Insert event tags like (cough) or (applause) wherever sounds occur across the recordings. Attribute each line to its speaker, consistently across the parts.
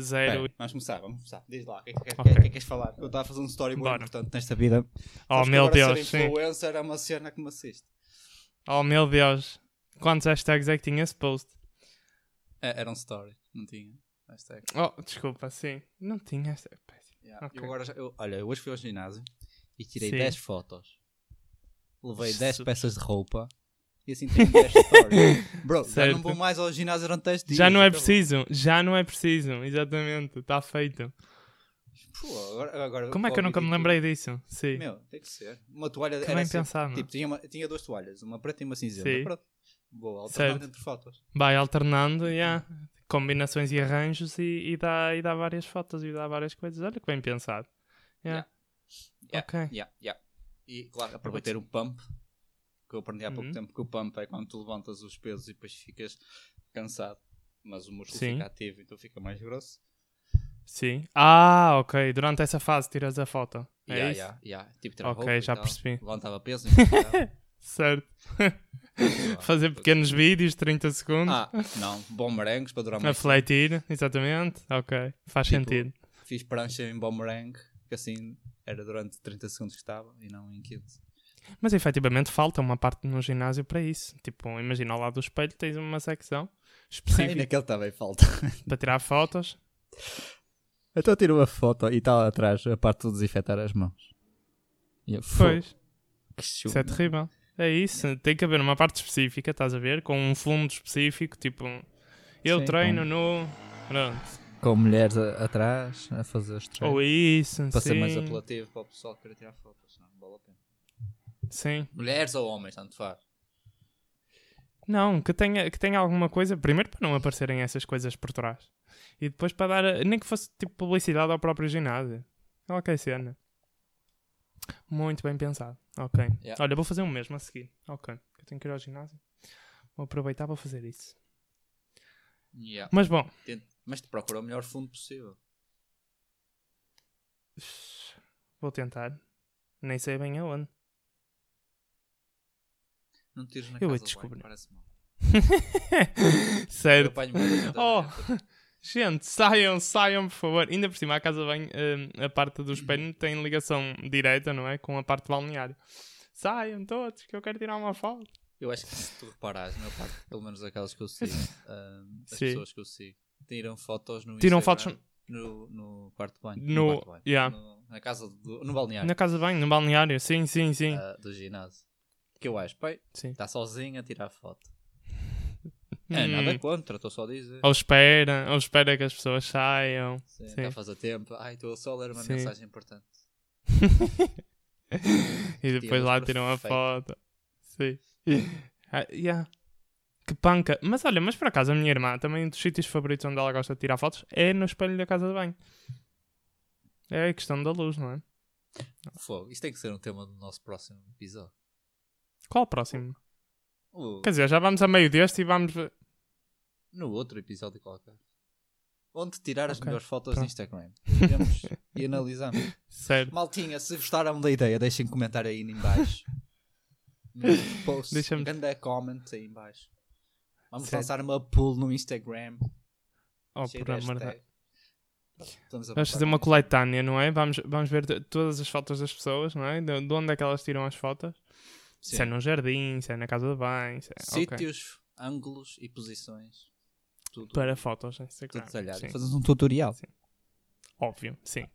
Speaker 1: zero.
Speaker 2: Bem, vamos começar, vamos começar. Diz lá, o que é que,
Speaker 1: Ok.
Speaker 2: que é que queres falar? Eu estava a fazer um storyboard
Speaker 1: Bora.
Speaker 2: importante nesta vida.
Speaker 1: Oh
Speaker 2: Sabes que
Speaker 1: meu
Speaker 2: agora
Speaker 1: Deus,
Speaker 2: Ser
Speaker 1: sim.
Speaker 2: influencer é uma cena que me assiste.
Speaker 1: Oh meu Deus. Quantos hashtags é que tinha esse post?
Speaker 2: É, era um story, não tinha. Hashtag.
Speaker 1: Oh, desculpa, sim. Não tinha hashtag. péssimo.
Speaker 2: Yeah.
Speaker 1: Ok.
Speaker 2: Eu agora já- eu- olha, eu hoje fui ao ginásio e tirei
Speaker 1: Sim.
Speaker 2: 10 fotos. Levei 10
Speaker 1: Jesus.
Speaker 2: peças de roupa e assim
Speaker 1: (laughs)
Speaker 2: tenho 10 stories. Bro, já não
Speaker 1: Certo.
Speaker 2: vou mais ao ginásio durante 10 dias.
Speaker 1: Já não é
Speaker 2: acabou.
Speaker 1: preciso, já não é preciso, exatamente, está feito.
Speaker 2: Pô, agora, agora-
Speaker 1: Como é que eu nunca me lembrei disso? Sim,
Speaker 2: Meu, tem que ser. Uma toalha
Speaker 1: que
Speaker 2: era
Speaker 1: bem
Speaker 2: sempre-
Speaker 1: pensado.
Speaker 2: Tipo, tinha, uma- tinha duas toalhas, uma preta e uma cinzenta.
Speaker 1: Sim.
Speaker 2: Pronto. Vou alternando
Speaker 1: Certo.
Speaker 2: entre fotos.
Speaker 1: Vai alternando, yeah. combinações e arranjos e, e dá, e dá várias fotos e dá várias coisas. Olha que bem pensado. Yeah.
Speaker 2: Yeah.
Speaker 1: Ok.
Speaker 2: Yeah, yeah. E, claro, aproveitei o pump, que eu aprendi há pouco
Speaker 1: Uhum.
Speaker 2: tempo que o pump é quando tu levantas os pesos e depois ficas cansado, mas o músculo
Speaker 1: Sim.
Speaker 2: fica ativo, então fica mais grosso.
Speaker 1: Sim. Ah, ok. Durante essa fase tiras a foto. É
Speaker 2: Yeah,
Speaker 1: isso?
Speaker 2: yeah, yeah. Tipo, tirar
Speaker 1: Ok,
Speaker 2: roupa e
Speaker 1: já
Speaker 2: tal.
Speaker 1: percebi.
Speaker 2: Levantava
Speaker 1: (laughs)
Speaker 2: peso. e- (laughs)
Speaker 1: Certo. Fazer pequenos vídeos, 30 segundos.
Speaker 2: Ah, não, bumerangues para durar mais.
Speaker 1: Refletir, exatamente. Ok. Faz
Speaker 2: Tipo,
Speaker 1: sentido.
Speaker 2: Fiz prancha em bumerangue, que assim era durante 30 segundos que estava e não em 15.
Speaker 1: Mas efetivamente falta uma parte no ginásio para isso. Tipo, imagina ao lado do espelho tens uma secção
Speaker 2: E
Speaker 1: específica
Speaker 2: naquele também falta.
Speaker 1: para tirar fotos.
Speaker 2: (laughs) Então tirou a foto e está lá atrás a parte de desinfetar as mãos. E eu, "Fogo,
Speaker 1: Pois.
Speaker 2: que chuva."
Speaker 1: Isso é terrível. É isso, tem que haver uma parte específica, estás a ver? Com um fundo específico, tipo, eu
Speaker 2: Sim.
Speaker 1: treino no. Pronto.
Speaker 2: Com mulheres a- atrás a fazer os treinos.
Speaker 1: Ou isso,
Speaker 2: para
Speaker 1: sim.
Speaker 2: ser mais apelativo para o pessoal que querer tirar fotos. Não, vale a pena.
Speaker 1: Sim.
Speaker 2: Mulheres ou homens, tanto faz.
Speaker 1: Não, que tenha, que tenha alguma coisa, primeiro para não aparecerem essas coisas por trás. E depois para dar, nem que fosse tipo publicidade ao próprio ginásio. Ok, cena. Muito bem pensado. Ok.
Speaker 2: Yeah.
Speaker 1: Olha, vou fazer o mesmo a seguir. Ok. Eu tenho que ir ao ginásio. Vou aproveitar para fazer isso.
Speaker 2: Yeah.
Speaker 1: Mas bom,
Speaker 2: Tenta- Mas te procura o melhor fundo possível.
Speaker 1: Vou tentar. Nem sei bem aonde. (laughs)
Speaker 2: Não tires na
Speaker 1: Eu hei
Speaker 2: casa
Speaker 1: de
Speaker 2: do
Speaker 1: descobrir.
Speaker 2: banho, parece mal. Eu
Speaker 1: certo.
Speaker 2: apanho muita gente a
Speaker 1: Oh. (laughs)
Speaker 2: ver.
Speaker 1: Gente, saiam, saiam, por favor. Ainda por cima, a casa bem, hum, a parte do espelho tem ligação direta, não é? Com a parte de balneário. Saiam todos, que eu quero tirar uma foto.
Speaker 2: Eu acho que se tu reparares, na maior parte, pelo menos aquelas que
Speaker 1: (laughs)
Speaker 2: eu sigo, ahm, as
Speaker 1: Sim.
Speaker 2: pessoas que eu sigo, tiram fotos no
Speaker 1: Tiram
Speaker 2: Instagram,
Speaker 1: fotos
Speaker 2: no, no quarto de banho.
Speaker 1: No-
Speaker 2: quarto de banho.
Speaker 1: yeah.
Speaker 2: No- na casa do, no balneário
Speaker 1: Na casa bem, no balneário. Sim, sim, sim.
Speaker 2: ah, do ginásio. Que eu acho, pai,
Speaker 1: sim.
Speaker 2: está sozinho a tirar foto. É,
Speaker 1: Hum.
Speaker 2: nada contra, estou só a dizer.
Speaker 1: Ou espera, ou espera que as pessoas saiam.
Speaker 2: Sim,
Speaker 1: Sim.
Speaker 2: Já faz a tempo. Ai, estou só a ler uma
Speaker 1: Sim.
Speaker 2: mensagem importante.
Speaker 1: E depois
Speaker 2: Tiras
Speaker 1: lá tiram a
Speaker 2: perfeito.
Speaker 1: foto. Sim. Ah, yeah. Que panca. Mas olha, mas por acaso a minha irmã também um dos sítios favoritos onde ela gosta de tirar fotos é no espelho da casa de banho. É a questão da luz, não é?
Speaker 2: Fogo. Isto tem que ser um tema do nosso próximo episódio.
Speaker 1: Qual o próximo?
Speaker 2: O-
Speaker 1: Quer dizer, já vamos a meio deste e vamos. ver-
Speaker 2: no outro episódio qualquer. Onde tirar as
Speaker 1: Ok,
Speaker 2: melhores fotos
Speaker 1: pronto.
Speaker 2: do Instagram. Vemos
Speaker 1: (laughs)
Speaker 2: e analisamos.
Speaker 1: Sério.
Speaker 2: Maltinha, se gostaram da ideia, deixem comentário aí em baixo. No post.
Speaker 1: Deixa-me-
Speaker 2: Ganda comment aí em baixo. Vamos
Speaker 1: Certo.
Speaker 2: lançar uma pool no Instagram.
Speaker 1: Oh,
Speaker 2: cheio
Speaker 1: por
Speaker 2: de
Speaker 1: amor de
Speaker 2: hashtag. Vamos
Speaker 1: Vamos
Speaker 2: apontar
Speaker 1: fazer uma
Speaker 2: nisso.
Speaker 1: coletânea, não é? Vamos, vamos ver t- todas as fotos das pessoas, não é? De, de onde é que elas tiram as fotos?
Speaker 2: Sim.
Speaker 1: Se é num jardim, se é na casa de banho, se é... ok.
Speaker 2: Sítios, ângulos e posições. Tudo,
Speaker 1: Para fotos no Instagram.
Speaker 2: tudo detalhado.
Speaker 1: Sim.
Speaker 2: Fazemos um tutorial. um
Speaker 1: Óbvio, sim.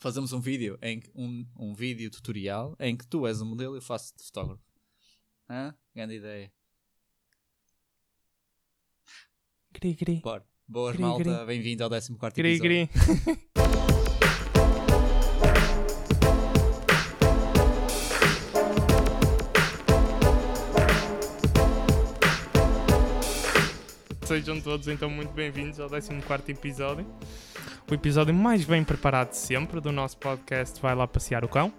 Speaker 2: fazemos um vídeo em que- um, um vídeo tutorial em que tu és o modelo e eu faço de fotógrafo. Hã? Grande ideia.
Speaker 1: Cri, cri.
Speaker 2: Bora. Boas
Speaker 1: Gri,
Speaker 2: malta, bem-vindo ao 14 quarto
Speaker 1: Gri,
Speaker 2: episódio.
Speaker 1: gri. (laughs) Sejam todos então muito bem-vindos ao 14 episódio. O episódio mais bem preparado de sempre do nosso podcast Vai Lá Passear o Cão.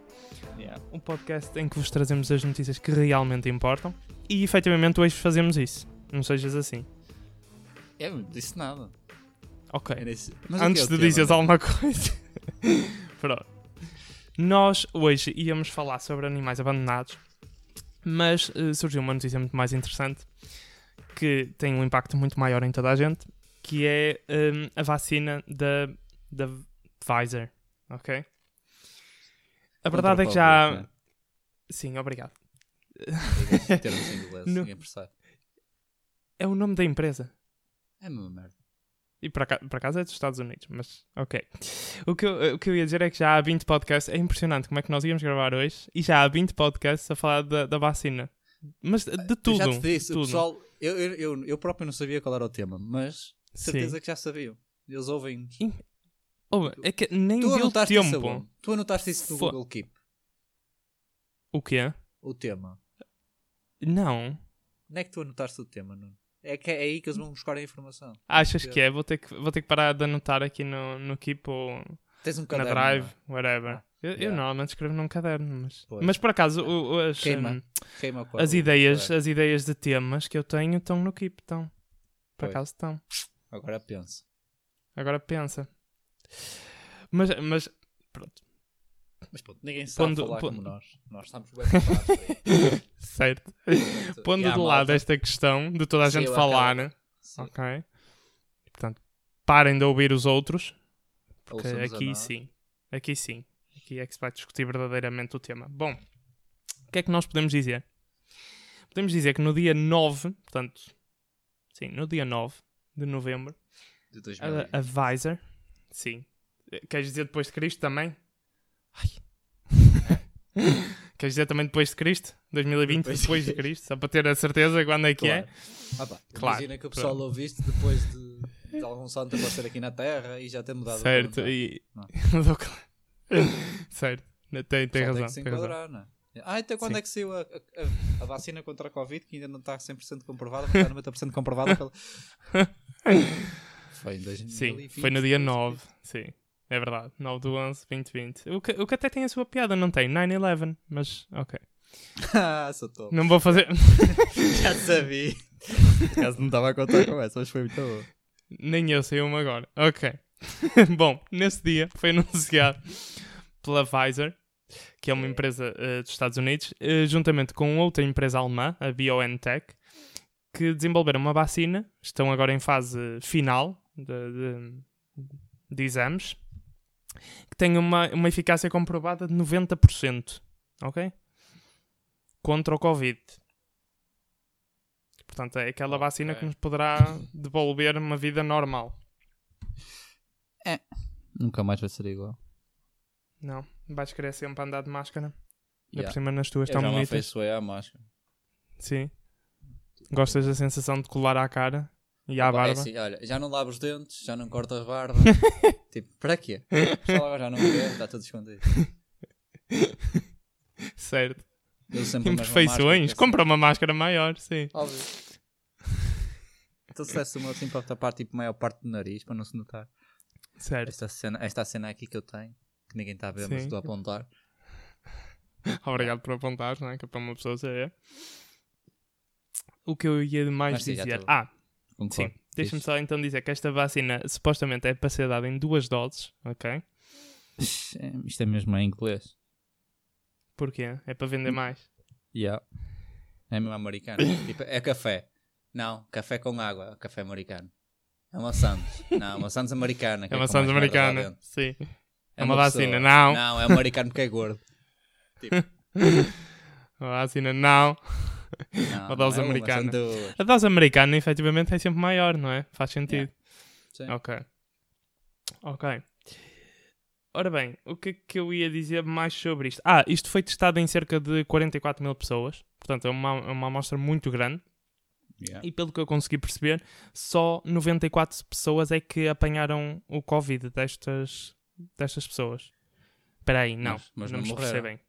Speaker 2: Yeah.
Speaker 1: Um podcast em que vos trazemos as notícias que realmente importam. E efetivamente hoje fazemos isso. Não sejas assim.
Speaker 2: Eu não disse nada.
Speaker 1: Ok.
Speaker 2: Eu disse- Mas o que é
Speaker 1: Antes
Speaker 2: o
Speaker 1: de
Speaker 2: tema?
Speaker 1: dizeres alguma coisa. (laughs) Pronto. Nós hoje íamos falar sobre animais abandonados, mas eh, surgiu uma notícia muito mais interessante que tem um impacto muito maior em toda a gente, que é hum, a vacina da, da Pfizer, ok? A verdade é que já...
Speaker 2: né?
Speaker 1: Sim, obrigado.
Speaker 2: Termos em
Speaker 1: (laughs)
Speaker 2: inglês,
Speaker 1: No-
Speaker 2: ninguém percebe.
Speaker 1: É o nome da empresa.
Speaker 2: É uma merda.
Speaker 1: E por aca- por acaso é dos Estados Unidos, mas ok. O que, eu, o que eu ia dizer é que já há 20 podcasts. É impressionante como é que nós íamos gravar hoje e já há 20 podcasts a falar da, da vacina. Mas de de
Speaker 2: Eu
Speaker 1: tudo.
Speaker 2: já te disse,
Speaker 1: tudo.
Speaker 2: o pessoal, eu, eu, eu, eu próprio não sabia qual era o tema, mas certeza
Speaker 1: Sim.
Speaker 2: que já sabiam. Eles ouvem-nos.
Speaker 1: Oh, é que nem
Speaker 2: Tu
Speaker 1: deu
Speaker 2: anotaste isso
Speaker 1: tempo.
Speaker 2: aonde? Tu anotaste isso no
Speaker 1: Fo-
Speaker 2: Google Keep,
Speaker 1: O quê?
Speaker 2: o tema.
Speaker 1: Não.
Speaker 2: Onde é que tu anotaste o tema, Nuno? É, que é aí que eles vão buscar a informação.
Speaker 1: Achas que é? Vou ter que, vou ter que parar de anotar aqui no, no Keep ou
Speaker 2: Tens um
Speaker 1: na
Speaker 2: caderno.
Speaker 1: Drive,
Speaker 2: não Ah,
Speaker 1: whatever. Eu, eu
Speaker 2: yeah.
Speaker 1: normalmente escrevo num caderno, mas,
Speaker 2: Pois.
Speaker 1: mas por acaso o- o- as,
Speaker 2: Queima.
Speaker 1: hum,
Speaker 2: é? Queima com a
Speaker 1: as
Speaker 2: luz,
Speaker 1: ideias,
Speaker 2: agora.
Speaker 1: as ideias de temas que eu tenho estão no Keep, estão. Por
Speaker 2: Pois.
Speaker 1: acaso estão. eh,
Speaker 2: Agora penso.
Speaker 1: Agora pensa. Mas, mas
Speaker 2: (laughs)
Speaker 1: pronto,
Speaker 2: Mas pronto, ninguém sabe
Speaker 1: Pondo-
Speaker 2: falar
Speaker 1: pon-
Speaker 2: como nós. Nós estamos bem preparados.
Speaker 1: certo. (laughs)
Speaker 2: Portanto,
Speaker 1: Pondo
Speaker 2: e há
Speaker 1: de lado
Speaker 2: malta-
Speaker 1: esta questão de toda a
Speaker 2: Sim,
Speaker 1: gente
Speaker 2: eu
Speaker 1: falar,
Speaker 2: acabo-
Speaker 1: né?
Speaker 2: é Sim,
Speaker 1: ok? Portanto, parem de ouvir os outros, porque
Speaker 2: ouçam-nos a
Speaker 1: aqui
Speaker 2: nós.
Speaker 1: sim, aqui sim, aqui é que se vai discutir verdadeiramente o tema. Bom, o que é que nós podemos dizer? Podemos dizer que no dia 9, portanto, sim, no dia 9 de novembro,
Speaker 2: De 2000
Speaker 1: A, a Visor, sim. Eh, Queres dizer depois de Cristo também? Ai. (laughs) Queres dizer também depois de Cristo? 2020,
Speaker 2: Depois
Speaker 1: depois,
Speaker 2: de
Speaker 1: de Cristo, só para ter a certeza quando é que
Speaker 2: Claro.
Speaker 1: é.
Speaker 2: Ah pá,
Speaker 1: Claro,
Speaker 2: Imagina que o pessoal
Speaker 1: pronto.
Speaker 2: ouve isto depois de, de algum santo aparecer aqui na Terra e já ter mudado. o
Speaker 1: certo,
Speaker 2: calendário.
Speaker 1: e.
Speaker 2: Não. é?
Speaker 1: (laughs) Dou claro. certo, tem, tem,
Speaker 2: O pessoal
Speaker 1: razão.
Speaker 2: que se
Speaker 1: tem razão.
Speaker 2: enquadrar, não é? Ah, então quando
Speaker 1: Sim.
Speaker 2: é que saiu a, a- a- a vacina contra a Covid, que ainda não está 100% comprovada, mas está 90%
Speaker 1: (laughs)
Speaker 2: comprovada? Pela... Foi em 2020.
Speaker 1: Sim, foi no dia 9, sim. É verdade, 9 do 11, 2020. O que, o que até tem a sua piada, não tem? 9-11, mas ok.
Speaker 2: (laughs) ah, sou tolo.
Speaker 1: Não vou fazer. (laughs)
Speaker 2: (laughs) Já sabia. Caso não estava a contar com essa, mas foi muito bom.
Speaker 1: Nem eu sei uma agora. Ok. (laughs) Bom, nesse dia foi (laughs) anunciado pela Pfizer, que é uma empresa eh, dos Estados Unidos, eh, juntamente com outra empresa alemã, a BioNTech, que desenvolveram uma vacina. Estão agora em fase final de, de- de exames, que tem uma, uma eficácia comprovada de 90%. Ok? Contra o Covid. Portanto, é aquela vacina
Speaker 2: Ok.
Speaker 1: que nos poderá devolver uma vida normal.
Speaker 2: Nunca mais vai ser igual.
Speaker 1: Não, vais querer sempre andar de máscara. E
Speaker 2: Yeah.
Speaker 1: por cima nas tuas
Speaker 2: Eu já
Speaker 1: estão
Speaker 2: me
Speaker 1: bonitas.
Speaker 2: afeiçoei à máscara.
Speaker 1: Sim. Gostas da sensação de colar à cara e à
Speaker 2: Pá, é
Speaker 1: barba?
Speaker 2: assim, olha, já não lavo os dentes, já não corto as
Speaker 1: (laughs)
Speaker 2: barbas. tipo, para quê? O pessoal agora já não vê, está tudo escondido.
Speaker 1: certo.
Speaker 2: Eu sempre a mesma
Speaker 1: Imperfeições.
Speaker 2: máscara,
Speaker 1: Compra uma máscara maior, sim.
Speaker 2: que é assim, Óbvio. Então se desse uma assim para tapar tipo a maior parte do nariz, para não se notar.
Speaker 1: Certo.
Speaker 2: Esta cena, esta cena aqui que eu tenho, que ninguém está a ver, mas
Speaker 1: Sim.
Speaker 2: estou a apontar. É assim.
Speaker 1: Obrigado por apontar, não é? Que é para uma pessoa saber. O que eu ia mais
Speaker 2: Mas sim, já
Speaker 1: dizer.
Speaker 2: estou-
Speaker 1: Ah,
Speaker 2: Concordo.
Speaker 1: sim. Deixa-me só então dizer que esta vacina supostamente é para ser dada em duas doses, ok?
Speaker 2: Isto é- Isto é mesmo em inglês.
Speaker 1: Porquê? É para
Speaker 2: Hum.
Speaker 1: vender mais.
Speaker 2: Yeah. É mesmo
Speaker 1: (coughs)
Speaker 2: americano. tipo, é café. Não, café com água. Café americano. É uma Santos. Não, é uma Santos americana. que
Speaker 1: É uma
Speaker 2: com mais
Speaker 1: sandes
Speaker 2: merda lá dentro.
Speaker 1: americana. Sim. (laughs) É uma
Speaker 2: pessoa.
Speaker 1: vacina, não.
Speaker 2: Não, é um americano porque é
Speaker 1: (laughs)
Speaker 2: gordo.
Speaker 1: A vacina não.
Speaker 2: Não,
Speaker 1: Uma
Speaker 2: não
Speaker 1: dose
Speaker 2: é uma,
Speaker 1: americana.
Speaker 2: são duas.
Speaker 1: A dose americana, efetivamente, é sempre maior, não é? Faz sentido.
Speaker 2: Sim.
Speaker 1: Ok. Ok. Ora bem, o que é que eu ia dizer mais sobre isto? Ah, isto foi testado em cerca de 44 mil pessoas. Portanto, é uma, é uma amostra muito grande.
Speaker 2: Yeah.
Speaker 1: E pelo que eu consegui perceber, só 94 pessoas é que apanharam o Covid destas, destas pessoas. Espera aí, não.
Speaker 2: Mas- mas
Speaker 1: não,
Speaker 2: não
Speaker 1: me expressei
Speaker 2: morreram.
Speaker 1: bem.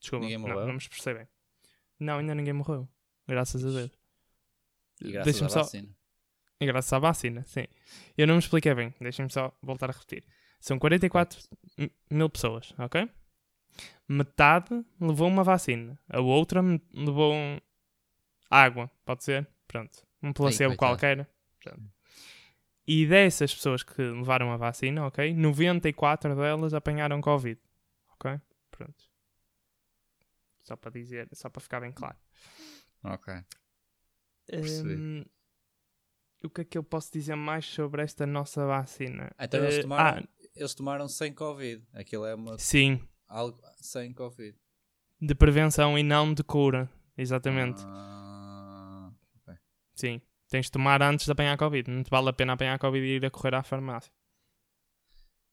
Speaker 1: Desculpa,
Speaker 2: Ninguém
Speaker 1: não,
Speaker 2: morreu?
Speaker 1: não me expressei bem. Não, ainda ninguém morreu. Graças a Deus.
Speaker 2: E graças à
Speaker 1: Deixa-me só-
Speaker 2: vacina.
Speaker 1: E graças à vacina, sim. Eu não me expliquei bem, deixem-me só voltar a repetir. São 44 m- mil pessoas, ok? Metade levou uma vacina, a outra me- levou um- água, pode ser? Pronto. Um placebo
Speaker 2: coitado.
Speaker 1: qualquer. Pronto. E dessas pessoas que levaram a vacina, ok? 94 delas apanharam Covid, ok? Pronto. Só para dizer, só para ficar bem claro.
Speaker 2: Ok. Percebi.
Speaker 1: Hum, o que é que eu posso dizer mais sobre esta nossa vacina?
Speaker 2: Então eles
Speaker 1: Eh,
Speaker 2: tomaram,
Speaker 1: ah,
Speaker 2: eles tomaram sem Covid. Aquilo é uma,
Speaker 1: sim,
Speaker 2: algo sem Covid.
Speaker 1: de prevenção e não de cura. Exatamente.
Speaker 2: Ah,
Speaker 1: Sim. Tens de tomar antes de apanhar Covid. Não te vale a pena apanhar Covid e ir a correr à farmácia.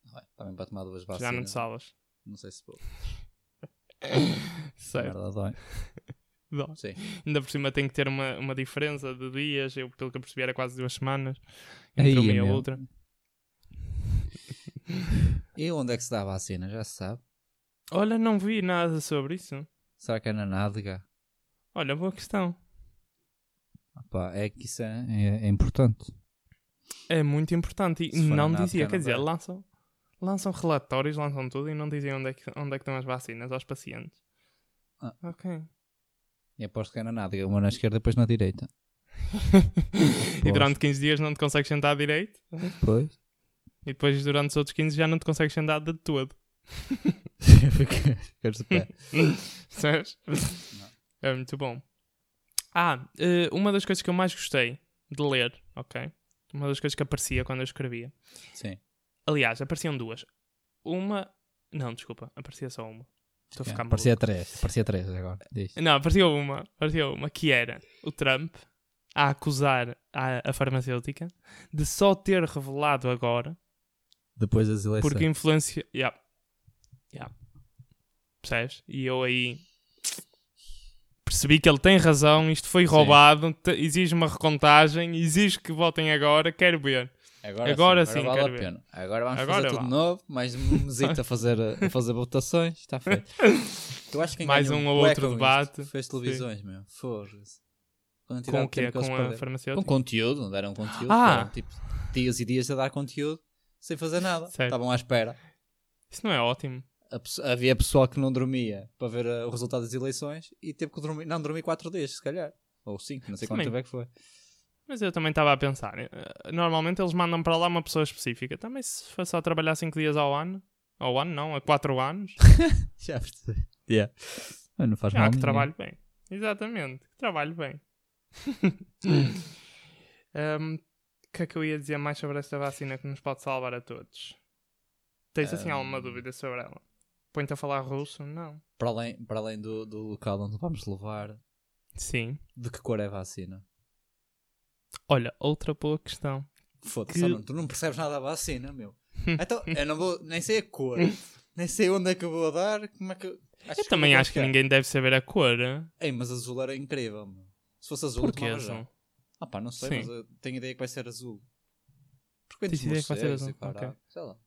Speaker 2: bem, também para tomar duas
Speaker 1: Já
Speaker 2: vacinas.
Speaker 1: não te salas.
Speaker 2: (coughs) Não sei se vou.
Speaker 1: Certo.
Speaker 2: Merda, dói.
Speaker 1: Dó.
Speaker 2: Sim.
Speaker 1: Ainda por cima tem que ter uma, uma diferença de dias. Eu, pelo que eu percebi, era quase duas semanas.
Speaker 2: Aí
Speaker 1: Entre
Speaker 2: é
Speaker 1: uma e a
Speaker 2: meu.
Speaker 1: outra.
Speaker 2: E onde é que se dá a vacina? Já se sabe.
Speaker 1: Olha, não vi nada sobre isso.
Speaker 2: Será que é na nádega?
Speaker 1: Olha, boa questão.
Speaker 2: Opa, é que isso é, é- é importante.
Speaker 1: É muito importante. E
Speaker 2: Se for
Speaker 1: não
Speaker 2: na
Speaker 1: dizia,
Speaker 2: África,
Speaker 1: quer
Speaker 2: não
Speaker 1: dizer,
Speaker 2: vai.
Speaker 1: lançam, lançam relatórios, lançam tudo e não dizem onde é que, onde é que estão as vacinas aos pacientes.
Speaker 2: Ah.
Speaker 1: Ok.
Speaker 2: E aposto que é na nádega. Uma na esquerda, depois na direita.
Speaker 1: e durante 15 dias não te consegues sentar direito.
Speaker 2: (laughs) Depois.
Speaker 1: E depois, durante os outros 15, já não te consegues sentar de
Speaker 2: (laughs)
Speaker 1: todo.
Speaker 2: Ficas de (laughs) pé.
Speaker 1: Sabes? É muito bom. Ah, eh, uma das coisas que eu mais gostei de ler, ok? Uma das coisas que aparecia quando eu escrevia.
Speaker 2: Sim.
Speaker 1: Aliás, apareciam duas. Uma. Não, desculpa, aparecia só uma. Estou a ficar maluco.
Speaker 2: parecia três. Parecia três agora. Diz.
Speaker 1: Não, apareceu uma, apareceu uma, que era o Trump a acusar a, a farmacêutica de só ter revelado agora
Speaker 2: Depois das eleições.
Speaker 1: porque influencia. Yeah. Yeah. Percebes? E eu aí percebi que ele tem razão, isto foi roubado, te- exige uma recontagem, exige que votem agora, quero ver.
Speaker 2: Agora,
Speaker 1: Agora
Speaker 2: sim,
Speaker 1: sim,
Speaker 2: agora vale
Speaker 1: quero
Speaker 2: a
Speaker 1: ver.
Speaker 2: pena. Agora vamos
Speaker 1: Agora
Speaker 2: fazer tudo
Speaker 1: vá.
Speaker 2: de novo. Mais um mesito a fazer, a fazer votações.
Speaker 1: (laughs)
Speaker 2: Está feito. Eu acho que quem
Speaker 1: Mais
Speaker 2: ganhou
Speaker 1: um ou
Speaker 2: bué
Speaker 1: outro
Speaker 2: com isto
Speaker 1: debate.
Speaker 2: Foi as televisões, meu. Foda-se. Quantidade
Speaker 1: Com o
Speaker 2: de tempo
Speaker 1: quê?
Speaker 2: que eles
Speaker 1: Com a
Speaker 2: perderam. Com
Speaker 1: farmacêutica?
Speaker 2: Um conteúdo, deram conteúdo.
Speaker 1: Ah!
Speaker 2: foram, tipo, dias e dias a dar conteúdo sem fazer nada.
Speaker 1: Certo.
Speaker 2: Estavam à espera.
Speaker 1: Isso não é ótimo.
Speaker 2: A pesso- havia pessoal que não dormia para ver uh, o resultado das eleições e teve que dormir. Não, dormi 4 dias, se calhar. Ou 5, não sei quanto
Speaker 1: Também.
Speaker 2: tempo é que foi. (laughs)
Speaker 1: Mas eu também estava a pensar. eh, Normalmente eles mandam para lá uma pessoa específica. Também se for só trabalhar 5 dias ao ano, ao ano não, a 4 (laughs) anos,
Speaker 2: Já percebi. Yeah. Mas Não faz
Speaker 1: já
Speaker 2: mal.
Speaker 1: Ah, que
Speaker 2: nenhum.
Speaker 1: trabalho bem. Exatamente, que trabalho (laughs) bem. Ahm, O que é que eu ia dizer mais sobre esta vacina que nos pode salvar a todos? Tens assim alguma dúvida sobre ela? Põe-te a falar russo? Não.
Speaker 2: Para além, para além do, do local onde vamos levar,
Speaker 1: Sim.
Speaker 2: de que cor é a vacina?
Speaker 1: Olha, outra boa questão.
Speaker 2: Foda-se,
Speaker 1: Que-
Speaker 2: Nuno, tu não percebes nada da
Speaker 1: (laughs)
Speaker 2: vacina, meu. então, eu não vou, nem sei a cor, nem sei onde é que eu vou dar, como é que. é. achas
Speaker 1: Eu
Speaker 2: eu
Speaker 1: também
Speaker 2: vou
Speaker 1: acho que
Speaker 2: buscar?
Speaker 1: ninguém deve saber a cor. hein?
Speaker 2: Ei, mas azul era incrível, meu. Se fosse azul,
Speaker 1: Porquê,
Speaker 2: tomava já.
Speaker 1: João?
Speaker 2: Ah pá, não sei,
Speaker 1: Sim.
Speaker 2: mas eu tenho ideia que vai ser azul. Porque
Speaker 1: Tens ideia que vai ser azul, ok.
Speaker 2: Sei lá.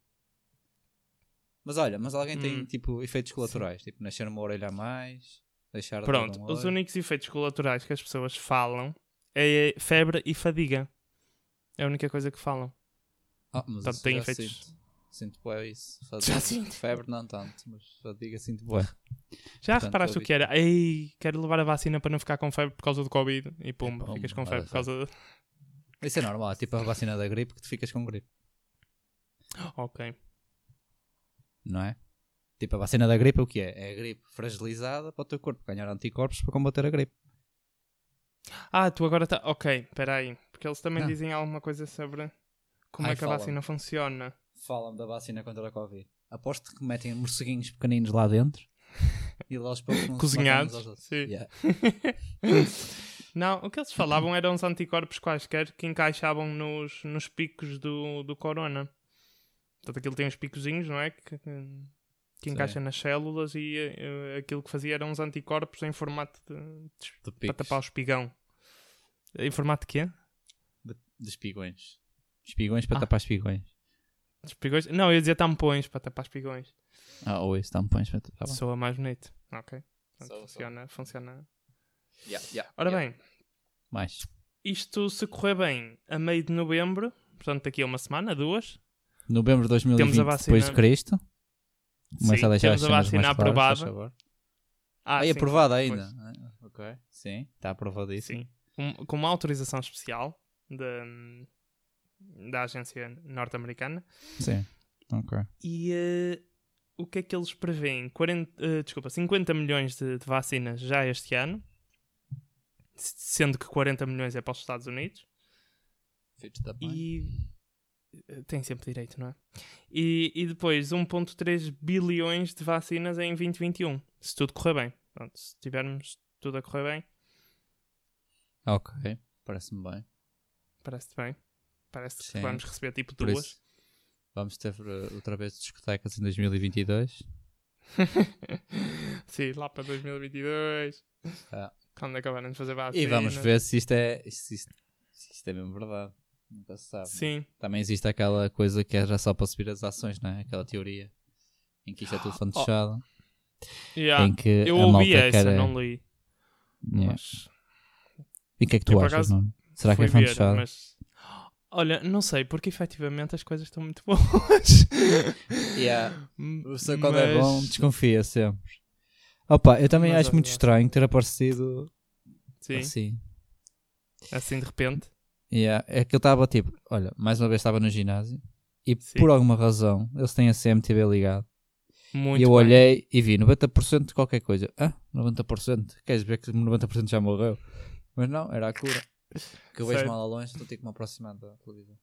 Speaker 2: Mas olha, mas alguém tem
Speaker 1: Hum.
Speaker 2: tipo efeitos colaterais, tipo nascer uma orelha a mais, deixar de ver
Speaker 1: Pronto,
Speaker 2: um
Speaker 1: os
Speaker 2: olho.
Speaker 1: únicos efeitos colaterais que as pessoas falam é febre e fadiga. É a única coisa que falam.
Speaker 2: Ah, mas
Speaker 1: Portanto,
Speaker 2: isso
Speaker 1: Tá, tem
Speaker 2: já
Speaker 1: efeitos.
Speaker 2: Sinto, sinto bué isso.
Speaker 1: Já
Speaker 2: Fadiga,
Speaker 1: sinto.
Speaker 2: Febre não tanto, mas fadiga sinto bué.
Speaker 1: Já
Speaker 2: Portanto,
Speaker 1: reparaste
Speaker 2: eu
Speaker 1: o que era? Ei, quero levar a vacina para não ficar com febre por causa do Covid. E pumba,
Speaker 2: Epá,
Speaker 1: ficas
Speaker 2: um
Speaker 1: com febre por causa de... (laughs)
Speaker 2: Isso é normal, é tipo a vacina da gripe que tu ficas com gripe,
Speaker 1: Ok.
Speaker 2: não é? Tipo a vacina da gripe o que é? É a gripe fragilizada para o teu corpo ganhar anticorpos para combater a gripe.
Speaker 1: Ah, tu agora está... Ok, espera aí. Porque eles também
Speaker 2: Ah.
Speaker 1: dizem alguma coisa sobre como
Speaker 2: Ai,
Speaker 1: é que a
Speaker 2: fala-me.
Speaker 1: vacina funciona.
Speaker 2: Falam da vacina contra a Covid. Aposto que metem morceguinhos pequeninos lá dentro e lá os poucos vão se matando
Speaker 1: Cozinhados.
Speaker 2: uns aos outros.
Speaker 1: Sim.
Speaker 2: Yeah.
Speaker 1: Não, o que eles falavam eram os anticorpos quaisquer que encaixavam nos, nos picos do, do corona. Portanto, aquilo tem uns picozinhos, não é? Que, que- que
Speaker 2: Sim.
Speaker 1: encaixa nas células e eh, aquilo que fazia eram uns anticorpos em formato de, de,
Speaker 2: De
Speaker 1: para
Speaker 2: picos,
Speaker 1: tapar o espigão. Em formato de quê?
Speaker 2: de espigões. Espigões para
Speaker 1: Ah.
Speaker 2: tapar espigões.
Speaker 1: De espigões? Não, eu ia dizer tampões para tapar espigões.
Speaker 2: Ah, ou isso, tampões para tapar.
Speaker 1: Soa mais bonito. Ok. Portanto,
Speaker 2: Soa, soa.
Speaker 1: funciona, funciona.
Speaker 2: Yeah, yeah,
Speaker 1: Ora
Speaker 2: yeah.
Speaker 1: bem,
Speaker 2: Mais.
Speaker 1: isto se correr bem a meio de novembro, portanto daqui a uma semana, duas,
Speaker 2: Novembro de 2020,
Speaker 1: Temos a vacina-
Speaker 2: depois de Cristo. Começa
Speaker 1: Sim,
Speaker 2: a deixar
Speaker 1: temos
Speaker 2: as
Speaker 1: a
Speaker 2: cenas
Speaker 1: vacina
Speaker 2: mais claras,
Speaker 1: aprovada.
Speaker 2: faz favor.
Speaker 1: Ah,
Speaker 2: Ah, é
Speaker 1: sim,
Speaker 2: aprovada
Speaker 1: pois.
Speaker 2: ainda. Ah, ok. Sim, está aprovadíssimo.
Speaker 1: Sim. Com, com uma autorização especial da, da agência norte-americana.
Speaker 2: Sim. Ok.
Speaker 1: E eh, o que é que eles preveem? 40, eh, desculpa, 50 milhões de, de vacinas já este ano, s- sendo que 40 milhões é para os Estados Unidos.
Speaker 2: Filhos da mãe.
Speaker 1: E. Tem sempre direito, não é? E, e depois 1,3 bilhões de vacinas em 2021, se tudo correr bem. Portanto, se tivermos tudo a correr bem,
Speaker 2: Ok, parece-me bem.
Speaker 1: parece-te bem. Parece que
Speaker 2: Sim.
Speaker 1: vamos receber tipo
Speaker 2: Por
Speaker 1: duas.
Speaker 2: isso, vamos ter uh, outra vez discotecas em 2022.
Speaker 1: (laughs) Sim, lá para 2022.
Speaker 2: Ah.
Speaker 1: Quando acabaram de fazer vacina.
Speaker 2: E vamos ver se isto é, se isto, se isto é mesmo verdade. Nunca se sabe.
Speaker 1: Sim.
Speaker 2: Também existe aquela coisa que era só para subir as ações, não é? Aquela teoria em que isto é telefone
Speaker 1: Oh.
Speaker 2: fechado.
Speaker 1: Yeah.
Speaker 2: Em que
Speaker 1: Eu
Speaker 2: a malta
Speaker 1: ouvi essa,
Speaker 2: quer... é eh,
Speaker 1: não li.
Speaker 2: Yeah.
Speaker 1: Mas
Speaker 2: E o que é
Speaker 1: Eu,
Speaker 2: que tu
Speaker 1: por
Speaker 2: achas,
Speaker 1: acaso,
Speaker 2: Nuno? Será que
Speaker 1: fui
Speaker 2: é telefone
Speaker 1: ver,
Speaker 2: fechado?
Speaker 1: mas- Olha, não sei, porque efetivamente as coisas estão muito (laughs) boas.
Speaker 2: Yeah. Você quando
Speaker 1: Mas-
Speaker 2: é bom desconfia sempre. Opa, eu também
Speaker 1: Mas
Speaker 2: acho muito
Speaker 1: olha lá.
Speaker 2: estranho ter aparecido
Speaker 1: Sim,
Speaker 2: assim.
Speaker 1: assim de repente.
Speaker 2: Yeah. É que eu estava tipo, olha, mais uma vez estava no ginásio e
Speaker 1: Sim.
Speaker 2: por alguma razão eles têm a CMTV ligado.
Speaker 1: Muito
Speaker 2: e eu
Speaker 1: bem.
Speaker 2: olhei e vi 90% de qualquer coisa. Ah, 90%? Queres ver que 90% já morreu? Mas não, era a cura. Que eu vejo
Speaker 1: Certo.
Speaker 2: mal a longe, então tenho que me aproximar da televisão.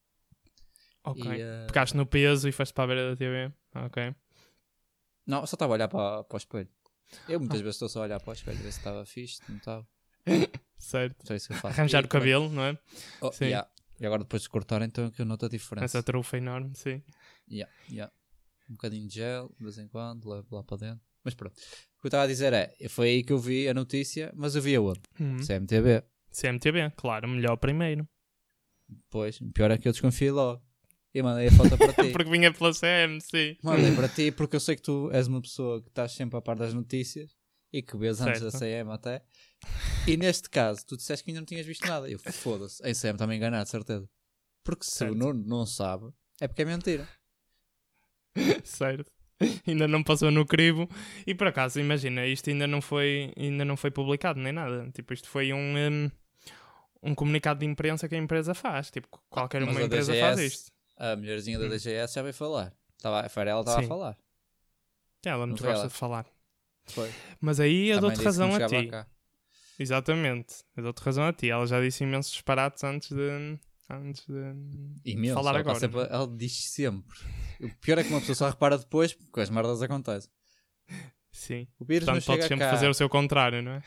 Speaker 1: Ok.
Speaker 2: E, eh,
Speaker 1: Pegaste no peso e foste para a beira da TV. Ok.
Speaker 2: Não, eu só estava a olhar para, para o espelho. Eu
Speaker 1: Ah.
Speaker 2: muitas vezes estou só a olhar para o espelho, ver se estava fixe, não estava.
Speaker 1: Certo.
Speaker 2: Só isso que eu faço.
Speaker 1: Arranjar
Speaker 2: E
Speaker 1: o
Speaker 2: como é que-
Speaker 1: cabelo, não é?
Speaker 2: Oh,
Speaker 1: Sim.
Speaker 2: yeah. E agora depois de cortar, então é que eu noto a diferença.
Speaker 1: Essa trufa enorme, sim.
Speaker 2: Yeah, yeah. Um bocadinho de gel, de vez em quando, levo lá para dentro. Mas pronto. O que eu estava a dizer é, foi aí que eu vi a notícia, mas eu vi a outra. é
Speaker 1: Uhum.
Speaker 2: CMTB.
Speaker 1: CMTB, claro, melhor primeiro.
Speaker 2: Pois, o pior é que eu desconfiei logo. E mandei a
Speaker 1: (laughs)
Speaker 2: foto para ti.
Speaker 1: Porque vinha pela CM,
Speaker 2: (laughs)
Speaker 1: sim.
Speaker 2: Mandei para ti porque eu sei que tu és uma pessoa que estás sempre a par das notícias e que vês antes da
Speaker 1: Certo.
Speaker 2: CM até. E neste caso, tu disseste que ainda não tinhas visto nada. Eu foda-se, em CM está-me enganado, de certeza. Porque se
Speaker 1: Certo.
Speaker 2: o Nuno não sabe, é porque é mentira.
Speaker 1: Certo. Ainda não passou no crivo. E por acaso, imagina, isto ainda não foi, ainda não foi publicado nem nada. Tipo, isto foi um, hum, um, comunicado de imprensa que a empresa faz. Tipo, qualquer
Speaker 2: Mas
Speaker 1: uma
Speaker 2: a
Speaker 1: empresa
Speaker 2: DGS
Speaker 1: faz isto.
Speaker 2: A mulherzinha da DGS já veio falar. Estava, a Farela estava
Speaker 1: Hum. Sim.
Speaker 2: a falar.
Speaker 1: Ela muito
Speaker 2: foi
Speaker 1: gosta
Speaker 2: ela.
Speaker 1: de falar.
Speaker 2: Foi.
Speaker 1: Mas aí eu
Speaker 2: Também disse
Speaker 1: dou-te
Speaker 2: que
Speaker 1: razão
Speaker 2: não
Speaker 1: a
Speaker 2: chegava
Speaker 1: ti.
Speaker 2: cá.
Speaker 1: Exatamente. Eu dou-te razão a ti. Ela já disse imensos disparates antes de. Antes de.
Speaker 2: Imenso,
Speaker 1: Falar
Speaker 2: ela,
Speaker 1: agora,
Speaker 2: está sempre- ela diz sempre. O pior é que uma pessoa só repara depois, porque as merdas acontecem.
Speaker 1: Sim.
Speaker 2: O vírus
Speaker 1: Portanto, podes
Speaker 2: não chega
Speaker 1: sempre
Speaker 2: cá.
Speaker 1: fazer o seu contrário, não é?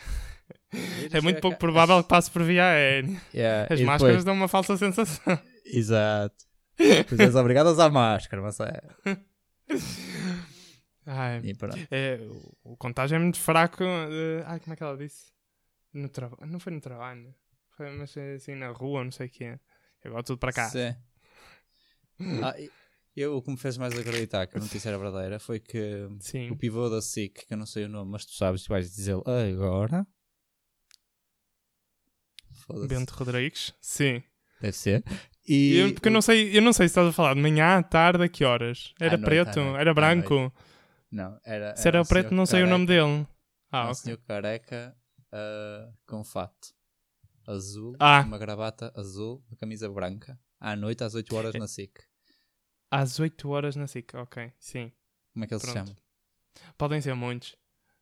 Speaker 2: O vírus
Speaker 1: É muito
Speaker 2: chega
Speaker 1: pouco
Speaker 2: cá.
Speaker 1: provável que passe por via aérea.
Speaker 2: Yeah,
Speaker 1: As
Speaker 2: e
Speaker 1: máscaras
Speaker 2: depois-
Speaker 1: dão uma falsa sensação.
Speaker 2: Exato. Pois és obrigado a usar máscara, mas é.
Speaker 1: (laughs) Ai,
Speaker 2: E pronto.
Speaker 1: É, o, o contágio é muito fraco. eh, ai, como é que ela disse? No traba- não foi no trabalho, foi, mas eh, assim na rua, não sei o que é. Agora tudo para cá.
Speaker 2: Sim. Ah, e- eu, o que me fez mais acreditar que a notícia era verdadeira foi que o
Speaker 1: Sim.
Speaker 2: pivô da SIC, que eu não sei o nome, mas tu sabes, tu vais dizer agora. Foda-se.
Speaker 1: Bento Rodrigues? Sim.
Speaker 2: Deve ser.
Speaker 1: E
Speaker 2: E
Speaker 1: eu, porque eu não, sei, eu não sei se estás a falar de manhã, à tarde, a que horas. Era
Speaker 2: À noite,
Speaker 1: preto,
Speaker 2: à noite,
Speaker 1: era
Speaker 2: à
Speaker 1: branco.
Speaker 2: Não, era.
Speaker 1: Se era
Speaker 2: um
Speaker 1: preto,
Speaker 2: senhor
Speaker 1: não sei o nome
Speaker 2: careca-
Speaker 1: dele. Ah,
Speaker 2: Um
Speaker 1: ok.
Speaker 2: senhor careca ah, com fato azul,
Speaker 1: Ah.
Speaker 2: uma gravata azul, uma camisa branca, à noite às 8
Speaker 1: É.
Speaker 2: horas na SIC.
Speaker 1: Às 8 horas na SIC, ok. Sim.
Speaker 2: Como é que ele se
Speaker 1: Pronto.
Speaker 2: chama?
Speaker 1: Podem ser muitos.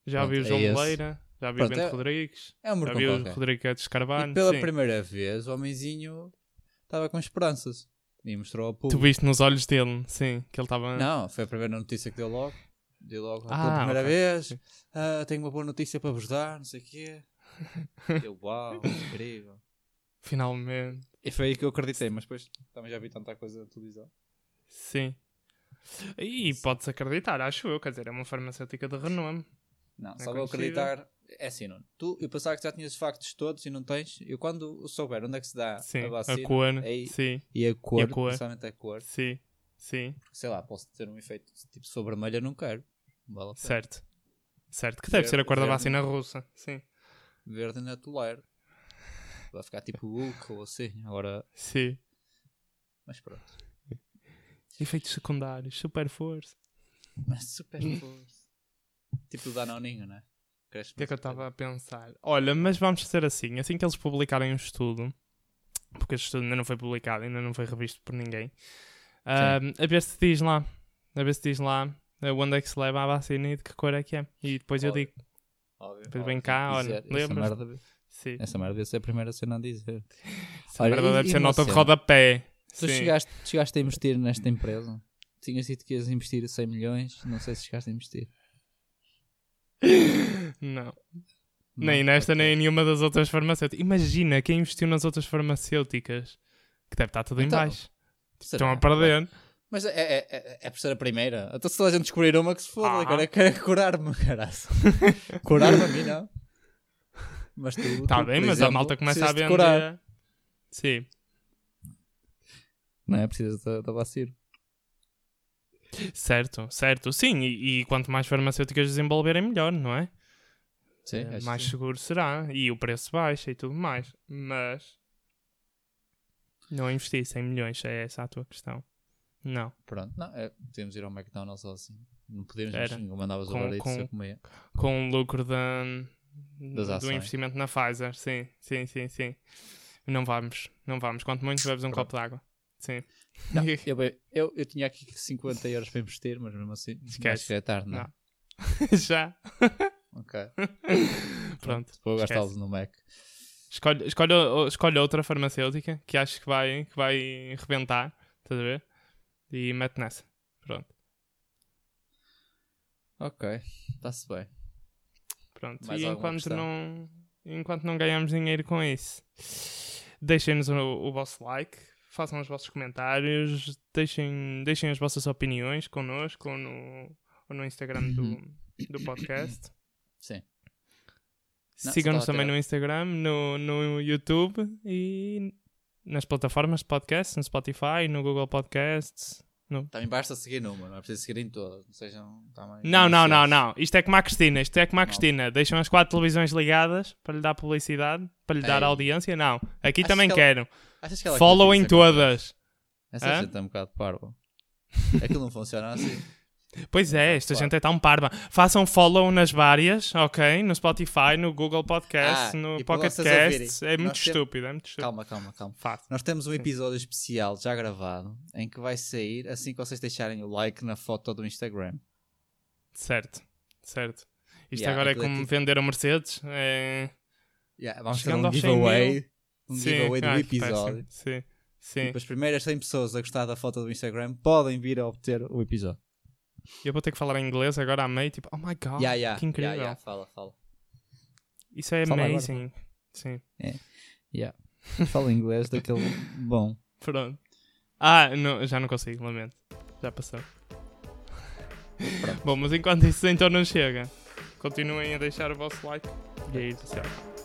Speaker 1: Já
Speaker 2: Pronto,
Speaker 1: vi o
Speaker 2: é
Speaker 1: João
Speaker 2: esse.
Speaker 1: Leira, já vi
Speaker 2: Pronto,
Speaker 1: o Bento
Speaker 2: é-
Speaker 1: Rodrigues,
Speaker 2: É um
Speaker 1: já
Speaker 2: morcão
Speaker 1: vi o
Speaker 2: qualquer.
Speaker 1: Rodrigo Guedes
Speaker 2: E
Speaker 1: Carvalho.
Speaker 2: pela
Speaker 1: sim.
Speaker 2: primeira vez, o homenzinho estava com esperanças e mostrou ao
Speaker 1: Tu
Speaker 2: público.
Speaker 1: viste nos olhos dele, sim, que ele estava.
Speaker 2: Não, foi a primeira notícia que deu logo. Deu logo
Speaker 1: né? Ah,
Speaker 2: pela primeira
Speaker 1: ok.
Speaker 2: vez. ah, tenho uma boa notícia para vos dar, não sei o
Speaker 1: (laughs)
Speaker 2: quê. Eu, uau, incrível.
Speaker 1: Finalmente.
Speaker 2: E foi aí que eu acreditei, mas depois também já vi tanta coisa na televisão.
Speaker 1: Sim. E podes acreditar, acho eu. Quer dizer, é uma farmacêutica de renome.
Speaker 2: Não,
Speaker 1: É
Speaker 2: só vou
Speaker 1: conhecida.
Speaker 2: acreditar. É assim, Nuno. Tu, eu pensava que já tinhas os factos todos e não tens. Eu quando souber onde é que se dá
Speaker 1: Sim.
Speaker 2: a
Speaker 1: A,
Speaker 2: vacina é
Speaker 1: cor.
Speaker 2: aí-
Speaker 1: Sim.
Speaker 2: e a cor,
Speaker 1: cor.
Speaker 2: principalmente a cor,
Speaker 1: Sim. Sim.
Speaker 2: porque sei lá, posso ter um efeito tipo sou vermelha, não quero. Não Vale a pena.
Speaker 1: Certo. Certo. Que deve
Speaker 2: Verde-
Speaker 1: ser a cor da
Speaker 2: verde.
Speaker 1: vacina russa. Sim.
Speaker 2: Verde ainda tolero. Vai ficar tipo Hulk ou assim. Agora,
Speaker 1: Sim.
Speaker 2: mas pronto. (laughs)
Speaker 1: Efeitos secundários. Super força.
Speaker 2: Mas super
Speaker 1: Hum.
Speaker 2: força. Tipo o Danoninho, né? Cresce
Speaker 1: O que é que eu estava a pensar? Olha, mas vamos fazer assim. Assim que eles publicarem o estudo, porque este estudo ainda não foi publicado, ainda não foi revisto por ninguém, ahm, a ver se diz lá. A ver se diz lá eh, onde é que se leva a vacina e de que cor é que é. E depois eu
Speaker 2: Olha.
Speaker 1: digo. Depois vem cá, olha, lembras-te? Sim.
Speaker 2: é, Essa merda deve ser a primeira cena a dizer.
Speaker 1: Essa
Speaker 2: É. Olha,
Speaker 1: merda
Speaker 2: e-
Speaker 1: deve
Speaker 2: e
Speaker 1: ser nota de
Speaker 2: você?
Speaker 1: rodapé.
Speaker 2: Tu
Speaker 1: Sim.
Speaker 2: chegaste, chegaste a investir nesta empresa? Tinhas dito que ias investir 100 milhões, não sei se chegaste a investir.
Speaker 1: Não.
Speaker 2: Não,
Speaker 1: nem nesta,
Speaker 2: ok.
Speaker 1: nem em nenhuma das outras farmacêuticas. Imagina quem investiu nas outras farmacêuticas. Que deve estar tudo em
Speaker 2: Então,
Speaker 1: baixo. Estão
Speaker 2: Será?
Speaker 1: a perder.
Speaker 2: Mas é, é, é, é por ser a primeira. Até se toda a gente descobrir uma que se foda,
Speaker 1: Ah.
Speaker 2: cara, eu quero curar-me, caraças. (laughs) curar-me a mim, não. Mas tu.
Speaker 1: Está
Speaker 2: tu,
Speaker 1: Tá bem,
Speaker 2: por
Speaker 1: mas a
Speaker 2: exemplo,
Speaker 1: malta começa a
Speaker 2: precisas de
Speaker 1: vender.
Speaker 2: Curar.
Speaker 1: Sim.
Speaker 2: Não é? Precisas da, da vacina.
Speaker 1: Certo, certo. Sim, e, e quanto mais farmacêuticas desenvolverem, melhor, não é?
Speaker 2: Sim,
Speaker 1: Eh,
Speaker 2: acho
Speaker 1: mais
Speaker 2: que sim.
Speaker 1: seguro será. E o preço baixa e tudo mais. Mas. Não investi 100 milhões, é essa a tua questão. Não.
Speaker 2: Pronto, não, é, podíamos ir ao McDonald's ou assim. Não podíamos,
Speaker 1: Era.
Speaker 2: mas mandavas
Speaker 1: Com-
Speaker 2: o Uber Eats
Speaker 1: com- um
Speaker 2: eu comia.
Speaker 1: Com o lucro da,
Speaker 2: Das
Speaker 1: do
Speaker 2: ações.
Speaker 1: investimento na Pfizer, sim, sim, sim, sim. Não vamos, não vamos. Quanto muito bebes um
Speaker 2: Pronto.
Speaker 1: copo de água. Sim.
Speaker 2: Não, eu, eu, eu tinha aqui 50 euros para investir, mas mesmo assim,
Speaker 1: Esquece.
Speaker 2: acho que é tarde, não.
Speaker 1: (laughs)
Speaker 2: (laughs)
Speaker 1: Já.
Speaker 2: Ok.
Speaker 1: Pronto.
Speaker 2: Vou
Speaker 1: esquece.
Speaker 2: gastá-los no Mac.
Speaker 1: Escolhe, escolhe, o- escolhe outra farmacêutica que acho que vai, que vai reventar, estás a ver? E mete nessa. Pronto,
Speaker 2: Ok, está-se bem.
Speaker 1: pronto.
Speaker 2: Mais
Speaker 1: e
Speaker 2: alguma
Speaker 1: enquanto
Speaker 2: questão?
Speaker 1: não, enquanto não ganhamos dinheiro com isso, deixem-nos o, o vosso like, façam os vossos comentários, deixem, deixem as vossas opiniões connosco ou no, ou no Instagram do, do podcast.
Speaker 2: Sim. Não,
Speaker 1: Sigam-nos
Speaker 2: só estava
Speaker 1: também
Speaker 2: a tirar-
Speaker 1: no Instagram, no, no YouTube e nas plataformas de podcast, no Spotify, no Google Podcasts.
Speaker 2: Também basta seguir numa, não é preciso seguir em todas. Não sejam. também
Speaker 1: Não, não, não,
Speaker 2: ambiciosos.
Speaker 1: não. Isto é como a Cristina, isto é como a
Speaker 2: Não.
Speaker 1: Cristina. Deixam as quatro televisões ligadas para lhe dar publicidade, para lhe dar
Speaker 2: Ei.
Speaker 1: audiência. Não, aqui
Speaker 2: Achas
Speaker 1: também
Speaker 2: que
Speaker 1: quero.
Speaker 2: Achas que ela
Speaker 1: Follow em
Speaker 2: acredita que acontece?
Speaker 1: todas.
Speaker 2: Essa
Speaker 1: Hã?
Speaker 2: gente é um bocado parva. Aquilo não funciona
Speaker 1: (laughs)
Speaker 2: assim.
Speaker 1: Pois é, esta
Speaker 2: Claro.
Speaker 1: gente é tão parva. Façam follow nas várias, ok? No Spotify, no Google Podcasts,
Speaker 2: Ah,
Speaker 1: no
Speaker 2: e para
Speaker 1: Pocket
Speaker 2: vocês
Speaker 1: Casts.
Speaker 2: ouvirem,
Speaker 1: É muito
Speaker 2: nós temos-
Speaker 1: estúpido, é muito estúpido.
Speaker 2: Calma, calma, calma.
Speaker 1: Fato.
Speaker 2: Nós temos um episódio especial já gravado em que vai sair assim que vocês deixarem o like na foto do Instagram.
Speaker 1: Certo, certo. Isto
Speaker 2: Yeah,
Speaker 1: agora é
Speaker 2: aquilo é
Speaker 1: como
Speaker 2: tipo-
Speaker 1: vender a Mercedes. É...
Speaker 2: Yeah, vamos
Speaker 1: Chegando
Speaker 2: ter um
Speaker 1: aos 100
Speaker 2: giveaway. Um
Speaker 1: Sim,
Speaker 2: giveaway do
Speaker 1: ai, que
Speaker 2: episódio.
Speaker 1: péssimo. Sim,
Speaker 2: E
Speaker 1: sim.
Speaker 2: Tipo, as primeiras 100 pessoas a gostar da foto do Instagram podem vir a obter o episódio.
Speaker 1: Eu vou ter que falar em inglês agora à meio, tipo, oh my god,
Speaker 2: yeah, yeah,
Speaker 1: que incrível.
Speaker 2: yeah, yeah, fala, fala.
Speaker 1: Isso é
Speaker 2: Fala agora,
Speaker 1: amazing. Sim,
Speaker 2: Yeah. fala inglês daquele bom.
Speaker 1: pronto. Ah, não, já não consigo, lamento. Já passou. (laughs) Bom, mas enquanto isso então não chega, continuem a deixar o vosso like. E aí, pessoal.